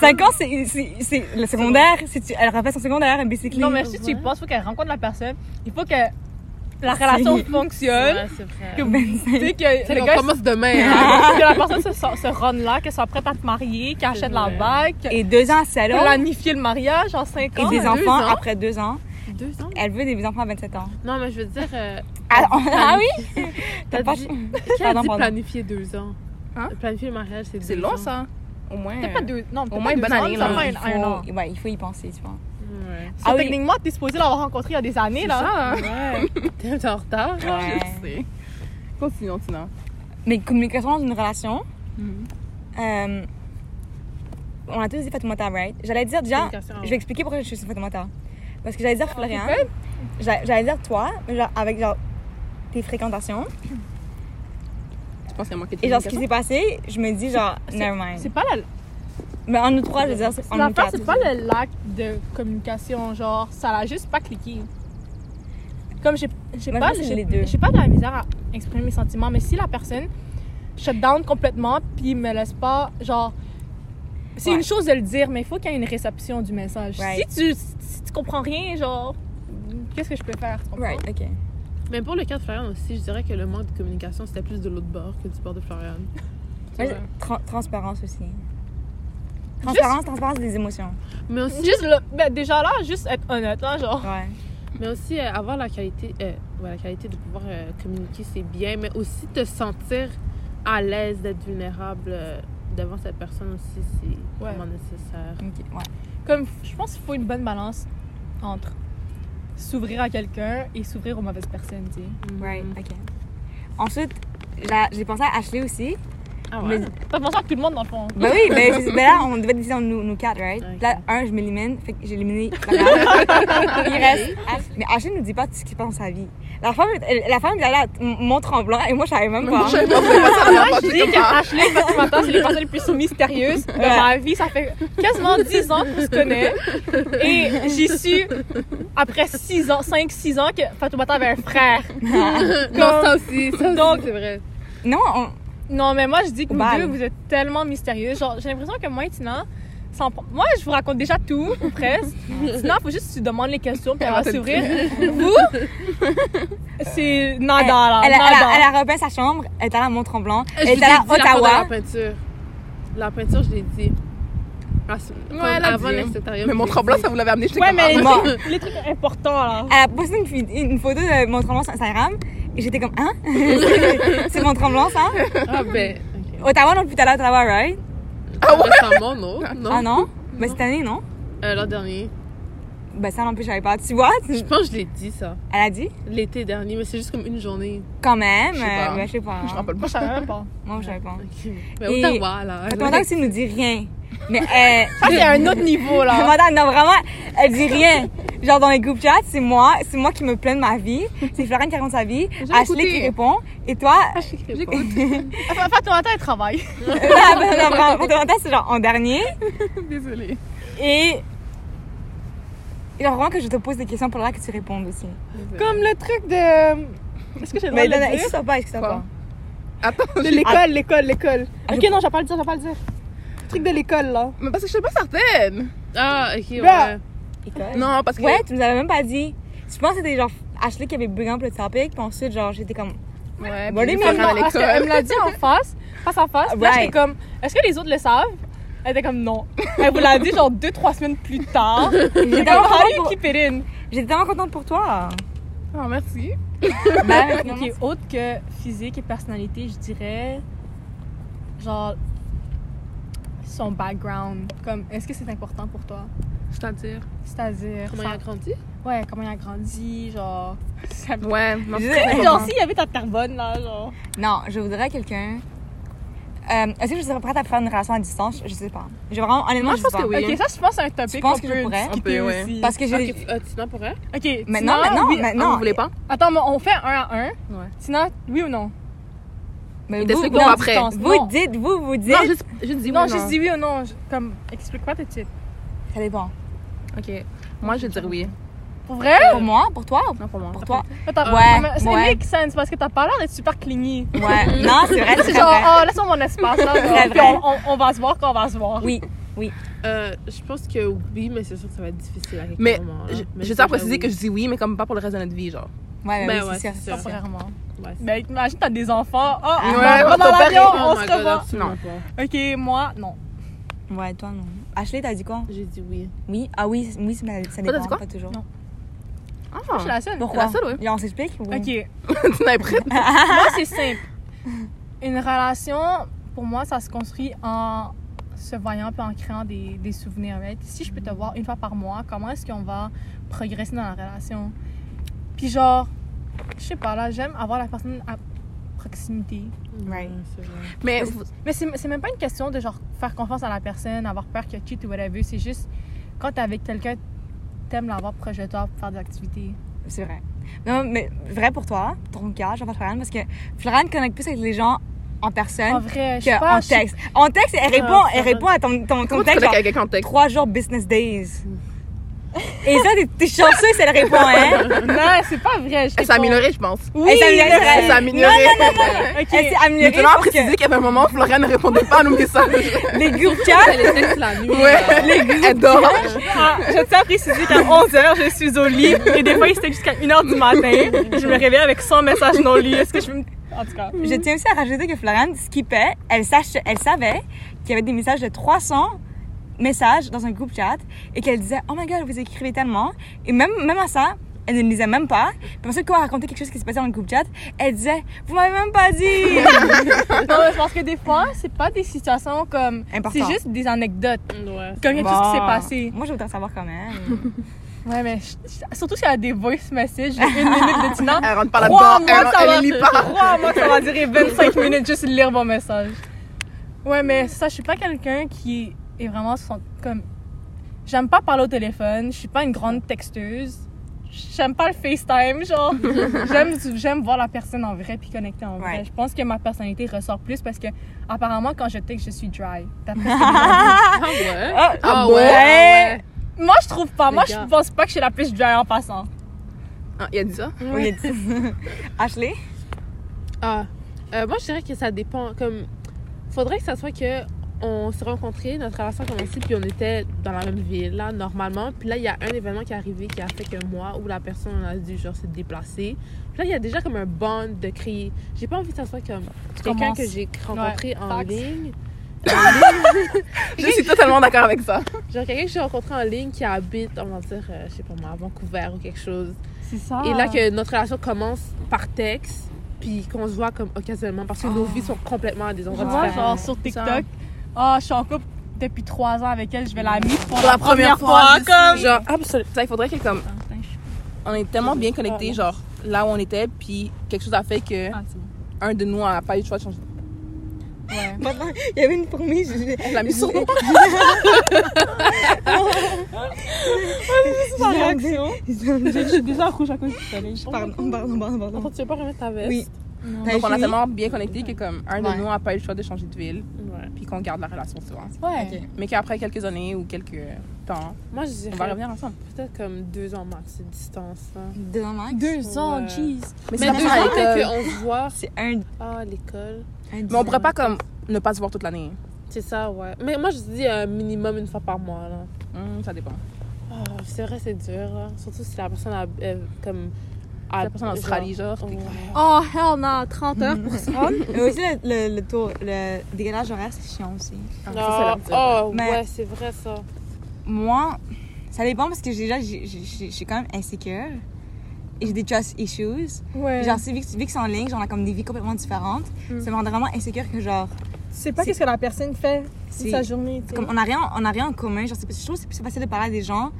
A: 5 ans, c'est- c'est c'est le secondaire. Si tu, elle refait son secondaire, basically.
D: Non mais si tu y
C: Ouais.
D: penses, faut qu'elle rencontre la personne, il faut que la relation fonctionne.
C: Ouais, c'est vrai.
D: que- Tu
A: 25.
D: sais que le
C: on
D: gars
C: commence demain. hein.
D: que la personne se, se rende là, qu'elle soit prête à te marier, qu'elle
C: C'est
D: achète la
C: vrai.
D: bague, qu'elle
A: Et deux ans à salon.
D: planifie le mariage en 5
A: Et
D: ans.
A: des
C: deux
A: enfants
C: ans?
A: après deux ans.
C: Deux ans?
A: Elle veut des enfants à 27 ans.
C: hein. Non, mais je veux dire, euh,
A: Ah, on- ah oui? T'as
C: T'as
A: pas.
C: dit- qui a
A: Pardon,
C: dit
A: pardon.
C: planifier deux ans?
E: Hein?
C: Planifier le mariage, c'est
E: C'est
C: deux
E: long,
C: ans.
E: ça. Au moins.
D: Peut-être pas deux, non, peut-être
E: moins une
D: pas
E: bonne
D: deux ans,
E: année,
D: mais
E: là.
D: au moins
A: euh, Il
D: un, un an.
A: faut, ouais, il faut y penser, tu vois.
C: Ouais.
D: So,
A: Ah oui.
D: techniquement, t'es supposé l'avoir rencontré il y a des années,
E: C'est
D: là.
E: ça, <laughs> hein.
C: Ouais. T'es en retard.
A: Ouais.
E: Je sais. Continue, continue.
A: Mais communication dans une relation.
E: Mhm.
A: euh, on a tous dit Fatoumata, right? J'allais dire déjà.
C: Communication,
A: Je vais expliquer pourquoi je suis sur Fatoumata. Parce que j'allais
D: Ah,
A: dire Florian. J'a- J'allais dire toi, mais genre avec genre tes fréquentations.
E: Tu penses qu'il y a moi qui
A: Et genre, ce qui s'est passé, je me dis, genre, nevermind.
D: C'est pas la.
A: Mais en nous trois, je veux dire, c'est en nous
D: L'affaire,
A: quatre.
D: c'est pas le lac de communication, genre, ça l'a juste pas cliqué. Comme j'ai j'ai
A: Moi, je
D: pas,
A: pense que c'est les deux.
D: j'ai- j'ai pas de la misère à exprimer mes sentiments, mais si la personne shut down complètement puis me laisse pas, genre, c'est
A: Ouais.
D: une chose de le dire, mais il faut qu'il y ait une réception du message.
A: Right.
D: Si, tu, si tu comprends rien, genre, qu'est-ce que je peux faire? tu comprends?
A: Right, ok.
C: Mais pour le cas de Florian aussi, je dirais que le manque de communication, c'était plus de l'autre bord que du bord de Florian.
A: Moi, j'ai- tra- transparence aussi. Transparence, transparence des émotions.
C: Mais aussi,
D: Juste le- ben, déjà là, juste être honnête, hein, genre.
A: Ouais.
C: mais aussi euh, avoir la qualité, euh, ouais, la qualité de pouvoir euh, communiquer, c'est bien, mais aussi te sentir à l'aise d'être vulnérable euh, devant cette personne aussi, c'est vraiment nécessaire.
A: Ok, ouais.
D: Comme, je pense qu'il faut une bonne balance entre s'ouvrir à quelqu'un et s'ouvrir aux
A: Mm.
D: mauvaises personnes, tu sais.
A: Right, ok. Ensuite, la- j'ai pensé à Ashley aussi.
C: Ah, Ah
A: Mais-
C: ouais.
D: T'as pensé à tout le monde dans le fond.
A: Ben oui, ben, c'est- ben là, on devait décider entre nous, nous quatre, right?
C: Ok.
A: Là, un, je m'élimine, fait que j'ai éliminé Marianne. Il
C: <laughs>
A: reste. Ash- Mais Ashley nous dit pas ce qu'il pense à sa vie. La femme, elle- la femme, elle a mon tremblant et moi, je savais même pas.
E: Je savais pas pourquoi ça
D: Je dis qu'Ashley, quand tu m'entends, c'est les personnes les plus soumises, sérieuses de ma vie. Ça fait quasiment 10 ans qu'on se connaît. Et j'ai su, après 6 ans, 5-6 ans, que Fatoumata avait un frère.
C: Non, ça aussi, ça aussi,
D: Donc-
C: c'est vrai.
A: Non, on-
D: Non, mais moi, je dis que vous
A: Bye.
D: deux, vous êtes tellement mystérieux. Genre, j'ai l'impression que moi et Tina, sans... moi, je vous raconte déjà tout, ou presque. Tina, faut juste que tu demandes les questions, puis elle va
E: Elle va te
D: s'ouvrir. Vous, c'est hein, nada, là.
A: elle, a- elle,
D: nada.
A: a- elle a repeint sa chambre, elle est allée à Mont-Tremblant, elle
C: Je vous
A: est
C: ai dit
A: allée à
C: la fois de La
A: Ottawa.
C: peinture. La peinture, je l'ai dit. Ah, c'est- comme
E: elle a
C: avant
E: dit. hein.
C: l'extérieur.
E: Mais mon tremblant, ça vous l'avez amené, j'étais
D: Ouais,
E: comme,
D: mais
E: ah,
D: les,
A: Bon.
D: trucs- les trucs importants, là.
A: Elle a posté une, fi- une photo de Mont-Tremblant sur Instagram et j'étais comme, hein? <laughs> c'est Mont-Tremblant, ça?
C: Ah ben,
A: <laughs>
C: ok.
A: Ottawa, non, plus allée à Ottawa, right?
C: Récemment, non. non.
A: Ah non? Ben cette année, non?
C: Euh, L'an dernier.
A: Ben ça non plus, je savais pas. Tu vois? tu-
C: Je pense que je l'ai dit, ça.
A: Elle a dit?
C: L'été dernier, mais c'est juste comme une
E: <laughs>
C: journée.
A: Quand même.
E: Je sais pas.
A: euh, ben, je sais pas.
E: Je me
A: hein.
E: rappelle
D: Moi,
E: pas.
D: je savais
E: <laughs>
D: même pas.
A: Moi, je savais pas.
C: Ok. Mais
A: Et-
C: Ottawa, là.
A: Fait que Manda aussi nous dit rien. Mais euh,
D: Ça, c'est un autre niveau,
A: <laughs>
D: là.
A: Manda, non, vraiment, elle dit rien. Genre dans les group chats, c'est moi, c'est moi qui me plains de ma vie. C'est Florence qui raconte sa vie, Ashley
E: écouté.
A: qui répond, et toi, <laughs>
C: J'écoute.
D: Enfin, enfin, ton matin, elle travaille.
A: euh, non, non, vraiment, Fatoumata, c'est genre en dernier.
E: Désolée.
A: Et et genre vraiment que je te pose des questions pour là que tu répondes aussi.
F: Comme le truc de. euh,
D: Est-ce que j'ai le droit
A: Mais
D: de
A: non, non,
D: le dire?
A: excuse-toi pas, excuse-toi
E: Quoi?
A: pas.
E: Attends,
F: De
E: j'ai-
F: l'école, l'école, l'école.
A: Ah,
F: Ok,
A: je-
F: non, je vais pas le dire, je vais pas le dire. Le truc de l'école, là.
E: mais parce que je suis pas certaine.
C: Ah, ok, ouais.
F: Bah.
E: Non, parce que.
A: Ouais, tu nous avais même pas dit. Je pense que c'était genre Ashley qui avait bring up le topic, puis ensuite genre j'étais comme
E: Ouais,
A: Bon,
E: puis
A: les
E: les soirées
A: mamans,
E: à
D: Parce qu'elle me
E: l'école.
D: l'a dit en face, face à face. Puis là,
A: Right.
D: j'étais comme, est-ce que les autres le savent? Elle était comme non. Elle vous l'a dit genre deux, trois semaines plus <laughs> tard.
A: j'étais
D: J'étais comme,
A: tellement
D: how do
A: contente
D: you
A: pour-
D: keep it in?
A: j'étais tellement contente pour toi.
E: Ah, merci. Bah,
A: Ben,
D: Ok, autre que physique et personnalité, je dirais genre son background. Comme, est-ce que c'est important pour toi?
C: C'est-à-dire,
D: C'est-à-dire,
C: <laughs> comment il
D: ça-
C: a grandi?
D: ouais, comment il a grandi, genre. <laughs> ça-
E: Ouais, non,
A: Je- <laughs>
D: genre, s'il y avait ta carbone là, genre.
A: Non, je voudrais quelqu'un. Euh, Est-ce que je serais prête à faire une relation à distance Je sais pas. Je vraiment, honnêtement,
E: Moi,
A: je
E: je
A: sais
E: pense
A: pas.
E: que Oui.
D: Ok, ça, je pense que c'est un topic
A: penses
D: qu'on
A: que
D: peut
A: je pourrais?
D: discuter
E: On peut, ouais.
D: aussi.
A: Parce que j'ai.
C: Ok, tu- euh, tu n'en pourrais?
D: Ok,
A: Maintenant, maintenant,
D: Tina, oui.
E: Non, Ah, vous
A: maintenant.
E: voulez pas?
D: Attends, mais on fait un à un.
E: Ouais.
D: Sinon, oui ou non?
A: Mais
E: Et
A: vous,
E: d'expliquer
A: vous-
E: moi après.
D: distance,
A: vous
D: non.
A: dites, vous, vous dites.
E: Non, juste, juste dis
D: Non,
E: oui,
D: je dis oui ou non. je- Comme, explique pas tout de suite.
A: Ça dépend.
E: Ok. Moi, je vais dire oui.
D: Pour vrai?
A: Pour moi, pour toi,
E: Non, pour moi.
A: pour
E: <laughs>
A: toi.
D: Attends,
A: Ouais,
D: mais ça
A: ouais.
D: make sense parce que t'as pas l'air d'être super clingy.
A: Ouais. non, c'est vrai,
D: C'est
A: c'est
D: genre,
A: vrai.
D: oh, laisse-moi mon espace
A: <laughs>
D: là.
A: C'est
D: genre, puis
A: vrai.
D: on, on- on va se voir quand on va se
E: oh.
D: voir.
A: Oui.
C: Euh, je pense que oui, mais c'est sûr que ça va être difficile à quelqu'un.
E: Mais
C: moment,
E: je-
C: hein. Mais
E: je
C: ça,
E: tiens à préciser
C: oui.
E: que je dis oui, mais comme pas pour le reste de notre vie, genre.
A: Ouais, mais
C: Ben
A: oui,
C: ouais,
A: c'est Ah,
C: c'est
A: sûr.
C: sûr.
D: Temporairement.
C: Ouais, c'est-
D: Ben, imagine, t'as des enfants. Oh, on
E: Ouais,
D: va
E: on
D: dans
E: peut pas
D: l'avion,
E: rire.
A: Oh
D: on
C: my
D: se
C: God,
D: revoit.
C: absolument pas.
D: Ok, moi, non.
A: Ouais, toi, non. Ashley, t'as dit quoi
C: J'ai dit oui.
A: Oui. Ah oui, oui, c'est- mais ça
E: Toi, t'as
A: dépend.
E: dit quoi
A: Pas toujours.
D: Non.
E: Ah,
D: Je suis la seule.
A: Pourquoi
E: La seule, ouais.
A: Là, on s'explique ou-
D: Ok.
E: <laughs> tu n'as pris.
D: <laughs> moi, c'est simple. Une relation, pour moi, ça se construit en se voyant puis en créant des, des souvenirs. right? Si je peux te voir une fois par mois, comment est-ce qu'on va progresser dans la relation? Puis genre, je sais pas, là, j'aime avoir la personne à proximité.
A: Right.
C: Ouais, c'est vrai.
E: Mais vous-
D: Mais c'est c'est même pas une question de genre faire confiance à la personne, avoir peur qu'elle cheat ou whatever. C'est juste quand t'es avec quelqu'un, t'aimes l'avoir proche de toi pour faire des activités.
A: C'est vrai. Non, mais vrai pour toi, ton cas, jean Floriane, parce que Floriane connecte plus avec les gens en personne.
D: En vrai, je
A: Hein? que
D: sais
A: en
D: pas. je-
A: texte. En texte, elle répond,
C: ça
A: elle
C: va.
A: répond à ton, ton, ton
E: Ah, comment tu
A: texte
E: connais
A: genre
E: quelqu'un en texte?
A: trois jours business days. Et ça, t'es- t'es chanceux si elle répond, hein?
D: Non, c'est pas vrai. je
E: Elle s'est
D: réponds.
E: améliorée, je pense.
D: Oui,
A: Elle s'est améliorée.
D: mais-
E: Elle s'est améliorée.
D: Ok.
A: Elle s'est
E: J'ai
A: améliorée
E: tellement
A: pour
E: précisé qu'il y avait un moment où Florian ne répondait pas à nos messages.
A: que les group
E: <laughs>
A: chats,
C: Les textes la nuit.
E: Ouais, les Elle dort.
D: Ah, je tiens à préciser qu'à 11h, je suis au lit et des fois, il était jusqu'à 1h du matin. Je me réveille avec 100 messages non lus. Est-ce que je peux me... En tout <laughs> cas.
A: je tiens aussi à rajouter que Floriane skippait, elle, sache, elle savait qu'il y avait des messages de 300 messages dans un group chat et qu'elle disait « Oh my God, vous écrivez tellement !» Et même, même à ça, elle ne le lisait même pas. Puis ensuite, quand elle racontait quelque chose qui se passait dans le group chat, elle disait « Vous m'avez même pas dit
D: Non, mais je pense que des fois, c'est pas des situations comme...
A: Important.
D: C'est juste des anecdotes.
C: Ouais.
D: Comme il y !» a tout ce qui s'est
A: Bon.
D: passé.
A: Moi, je voudrais savoir quand même.
D: Ouais, mais je- surtout s'il y a des voice messages, <laughs> j'ai une minute de Tina.
E: Elle rentre pas
D: Crois-moi
E: là-dedans.
D: que
E: Elle,
D: ça
E: elle
D: va.
E: les lit pas.
C: <laughs>
D: Crois-moi que ça va durer 25 minutes juste lire mon message. Ouais, mais c'est ça, je suis pas quelqu'un qui est vraiment son- comme. J'aime pas parler au téléphone, je suis pas une grande texteuse. J'aime pas le FaceTime,
C: <laughs>
D: genre. j'aime, j'aime voir la personne en vrai puis connecter en vrai.
A: Ouais.
D: Je pense que ma personnalité ressort plus parce que, apparemment, quand je texte, je suis dry. D'après
C: <laughs>
D: ce que
C: Ah ouais?
A: Ah,
E: Ah
C: ouais?
A: ouais?
D: les- Moi, je trouve pas.
C: Les
D: Moi,
C: gars.
D: je pense pas que je suis la plus dry en passant.
E: Ah, il a dit ça?
A: Oui, il y a dix. Ashley?
C: Ah. Euh, moi, je dirais que ça dépend. Comme, faudrait que ça soit que on s'est rencontrés, notre relation a commencé, puis on était dans la même ville, là, normalement. Puis là, il y a un événement qui est arrivé qui a fait que moi ou la personne, on a dû, genre, se déplacer. Puis là, il y a déjà comme un bond de créer. J'ai pas envie que ça soit comme quelqu'un
D: commences.
C: que j'ai rencontré en
D: facts.
C: ligne.
E: Je suis totalement d'accord avec ça.
C: Genre, quelqu'un que j'ai rencontré en ligne qui habite, on va dire, euh, je sais pas moi, à Vancouver ou quelque chose.
D: C'est ça.
C: Et là que notre relation commence par texte, puis qu'on se voit comme occasionnellement parce que nos vies sont complètement à des
D: Je
C: endroits
D: vois,
C: différents.
D: genre, sur TikTok, ah, je suis en couple depuis trois ans avec elle, je vais la meet pour
E: Pour la première fois,
D: comme.
E: genre, absolument. Il faudrait que, comme, on est tellement bien connectés, genre, là où on était, puis quelque chose a fait que
D: Ah, c'est bon.
E: un de nous n'a pas eu le choix de changer.
D: Ouais.
A: Papa, il y avait une fourmi, je l'ai-
E: La mise sur
A: je l'ai enlevée. Je l'ai-
F: Je suis déjà rouge à cause du soleil.
A: Pardon, pardon, pardon, pardon.
C: Attends, tu veux pas remettre ta veste?
A: Oui.
D: Non.
A: T'as
E: Donc, on a
A: fini?
E: tellement bien connecté que, comme, un de
D: Ouais.
E: nous n'a pas eu le choix de changer de ville,
C: Ouais.
E: puis qu'on garde la relation souvent.
D: Ouais.
A: Ok.
E: Mais qu'après quelques années ou quelques temps,
C: Moi, je
E: on va
C: dirais
E: revenir ensemble.
C: peut-être comme deux ans max de distance. là.
A: Deux ans max.
D: Deux ans,
C: Ouais.
D: jeez.
E: Mais
C: Mais
E: c'est la
C: deux
E: même
C: ans, mais
E: école.
C: qu'on se
E: <laughs>
C: voit.
A: C'est un,
C: Ah, l'école.
A: un
E: Mais on pourrait pas, comme, ne pas se voir toute l'année.
C: C'est ça, ouais. Mais moi, je dis un minimum une fois par mois, là.
E: Hum, ça dépend.
C: Ah, c'est vrai, c'est dur, là. Surtout si la personne a, euh, comme... a-
E: La personne en Australie, genre,
C: genre-
E: puis-
C: Ouais.
D: Oh, hell no, 30 heures pour ça.
A: <laughs> Mais aussi, le, le, le, tour, le décalage horaire, c'est chiant aussi.
E: Ah, ça, c'est la
C: Non,
E: pire.
C: oh,
A: Mais-
C: ouais, c'est vrai, ça.
A: Moi, ça dépend parce que déjà, j'ai- j'ai- j'ai- je suis quand même insécure. Et j'ai des trust issues.
D: Ouais. Mm.
A: Genre, c'est vu que, vu que c'est en ligne, genre, on a comme des vies complètement différentes. Ça me rend vraiment insécure que, genre,
D: tu sais pas qu'est-ce que la personne fait
A: c'est.
D: toute sa journée. tu sais.
A: Comme on n'a rien, on a rien en commun. Genre, c'est, je trouve que c'est plus facile de parler à des gens.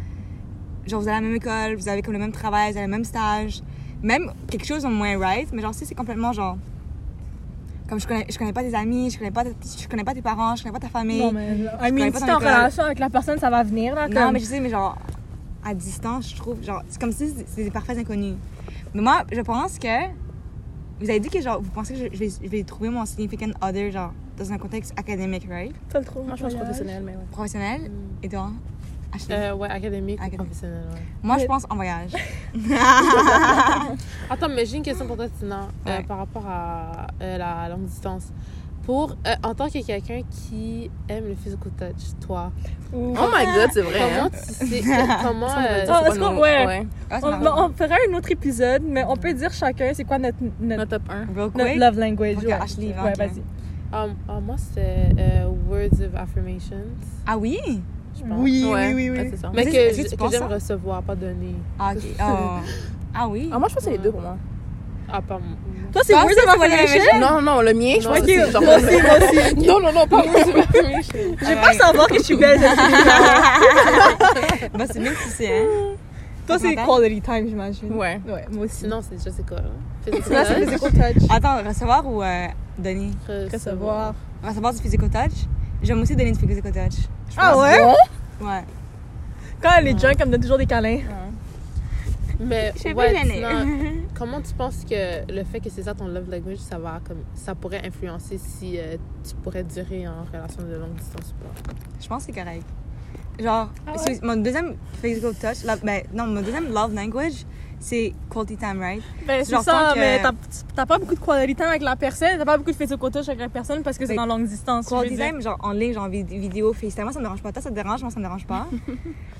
A: Genre, vous avez la même école, vous avez comme le même travail, vous avez le même stage. Même quelque chose en moins right. Mais genre, si c'est complètement genre. Comme je connais, je connais pas tes amis, je connais pas, ta- je connais pas tes parents, je connais pas ta famille.
D: Non, mais.
A: connais
D: I mean,
A: pas
D: si
A: ton
D: t'es en
A: école.
D: relation avec la personne, ça va venir, là.
A: Non,
D: comme-
A: mais je sais, mais genre, à distance, je trouve, genre, c'est comme si c'est- c'est des parfaits inconnus. Mais moi, je pense que. Vous avez dit que, genre, vous pensez que je, je vais, je vais trouver mon significant other, genre, dans un contexte académique, right?
D: T'as le trouvé.
E: Moi, je pense professionnel, mais ouais.
A: Professionnel.
E: Mm.
A: Et toi? Ashley?
C: Euh, ouais, académique, ou
A: Académique.
C: professionnel, ouais.
A: moi, je pense en voyage.
C: Attends, mais j'ai une question pour toi, Tina, euh,
A: Ouais.
C: par rapport à euh, la longue distance. Pour, euh, en tant que quelqu'un qui aime le physical touch, toi,
E: Oh my god, c'est vrai. hein?
C: comment tu sais,
A: <laughs>
C: comment... euh,
D: Ah, est-ce qu'on- ouais.
A: Ah, c'est
D: On,
A: marrant.
D: on fera un autre épisode, mais on peut dire chacun c'est quoi notre, notre,
E: Notre top 1.
A: Real
D: notre
A: quick.
D: love language.
A: Ok,
D: ouais,
A: Ashley,
D: ouais,
A: ok.
D: vas-y.
C: um, ah, moi, c'est euh, Words of Affirmations,
A: Ah oui?
C: je pense.
E: Ouais, ouais, c'est ça.
C: Mais
A: Mais
C: que,
A: est-ce que
C: je-
A: tu
C: que
A: penses hein?
C: j'aime
A: ça?
C: recevoir, pas donner.
A: Ah, ok. Oh. Ah oui?
E: Ah, moi, je pense que c'est les deux pour moi.
C: Ah, pas moi.
D: Toi, c'est
A: Toi,
D: Words
A: c'est
D: of
A: Words of
D: Affirmation?
E: Hein? Non, non, non, le mien, je
C: Non,
E: pense que
C: ok,
E: c'est genre.
D: moi aussi, moi aussi.
C: Non, non, non, pas Words of
E: <laughs>
C: Affirmations.
A: Ah
D: Je vais pas
A: <laughs>
D: savoir que je suis belle.
A: Bah, c'est bien que tu sais, hein?
D: Toi, c'est
A: Attends.
D: quality time, j'imagine.
E: Ouais.
D: Ouais, moi aussi.
C: Sinon, c'est juste
A: <laughs>
C: quoi? hein? Physical
D: Là, c'est
C: touch,
D: physical touch.
A: Attends, recevoir ou euh, donner?
D: Recevoir.
A: Recevoir du physical touch? J'aime aussi donner du physical touch.
D: Ah ouais?
A: Ouais.
D: Quand elle est junk, elle me donne toujours des câlins.
C: Mais
A: Je suis
C: ouais,
A: plus gênée.
C: sinon,
A: <laughs>
C: comment tu penses que le fait que c'est ça ton love language, ça va comme ça pourrait influencer si euh, tu pourrais durer en relation de longue distance ou pas
A: Je pense que c'est correct. Genre,
D: Ah
A: excuse- mon deuxième physical touch, la- ben, non, mon deuxième love language, c'est quality time, right?
D: Ben,
A: Genre,
D: c'est ça,
A: tant que-
D: mais t'as- t'as pas beaucoup de quality time avec la personne, t'as pas beaucoup de physical touch avec la personne parce que c'est
A: Mais-
D: dans longue distance. je veux
A: Quality
D: dire.
A: time, genre en ligne, genre vid- vidéo, FaceTime, moi ça me dérange pas. Toi ça te dérange, moi ça me dérange
D: <laughs>
A: pas.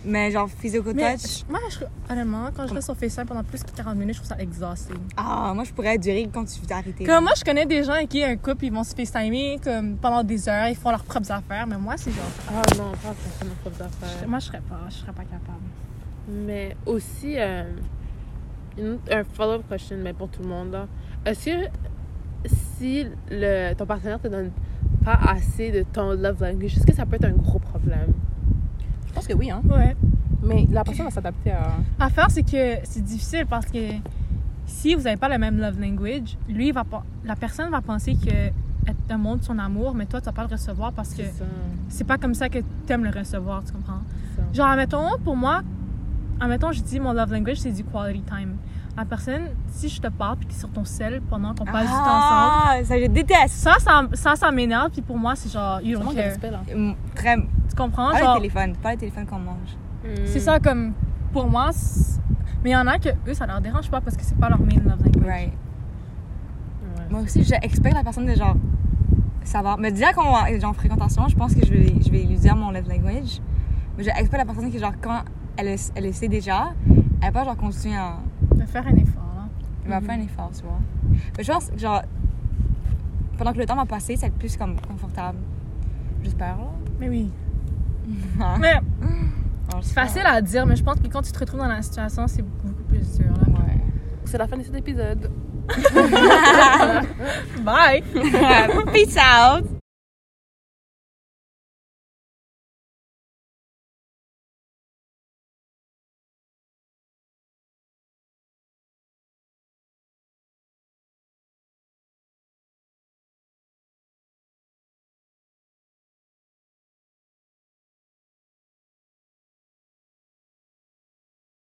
A: Mais genre physical
D: Mais
A: touch,
D: moi, je, honnêtement, quand je reste sur FaceTime pendant plus que 40 minutes, je trouve ça exhausting.
A: ah, moi je pourrais durer quand tu t'arrêter.
D: Comme moi, je connais des gens avec qui un couple, ils vont se FaceTimer comme pendant des heures, ils font leurs propres affaires, mais moi, c'est genre.
C: Ah non, pas ça, c'est ma propre affaire.
D: Moi, je serais pas, je serais pas capable.
C: Mais aussi euh, une autre- un follow-up question, mais pour tout le monde là. Est-ce que si le, ton partenaire te donne pas assez de ton love language, est-ce que ça peut être un gros problème
E: Je pense que oui, hein.
D: Ouais.
E: Mais la personne va s'adapter à.
D: L'affaire, c'est que c'est difficile parce que si vous n'avez pas le même love language, lui, il va pas- la personne va penser que elle te montre son amour, mais toi, tu vas pas le recevoir parce que
C: C'est ça.
D: c'est pas comme ça que t'aimes le recevoir, tu comprends?
C: ça.
D: Genre, admettons, pour moi, admettons, je dis mon love language, c'est du quality time. La personne, si je te parle puis t'es sur ton sel pendant qu'on passe du temps ensemble,
A: Ah, ça, je déteste.
D: ça, ça, ça, ça m'énerve. Puis pour moi, c'est genre, you
E: Il
D: don't
E: manque de
D: care.
E: respect, là.
A: Hum, Très.
D: Tu comprends?
A: Pas
D: Genre,
A: le téléphone. Pas le téléphone qu'on mange.
C: Hmm.
D: c'est ça comme, pour moi, c'est- mais il y en a que eux, ça leur dérange pas parce que c'est pas leur main love language.
A: Right.
C: Ouais.
A: Moi aussi, j'expecte la personne de genre savoir. Mais déjà qu'on est genre en fréquentation, je pense que je vais, je vais lui dire mon love language. Mais j'expecte la personne qui, genre, quand elle, le- elle le sait déjà, elle va pas genre continuer à.
D: De faire un effort, là.
A: Elle va faire un effort, tu vois. Mais je pense que genre. Pendant que le temps va passer, ça va être plus comme confortable. J'espère, <laughs> là.
D: Mais oui.
A: Hein?
D: Mais
A: Alors,
D: Ah. c'est
A: j'espère.
D: facile à dire, mais je pense que quand tu te retrouves dans la situation, c'est beaucoup plus dur, là.
A: Ouais.
E: C'est la fin de cet épisode.
D: Bye!
A: Peace out!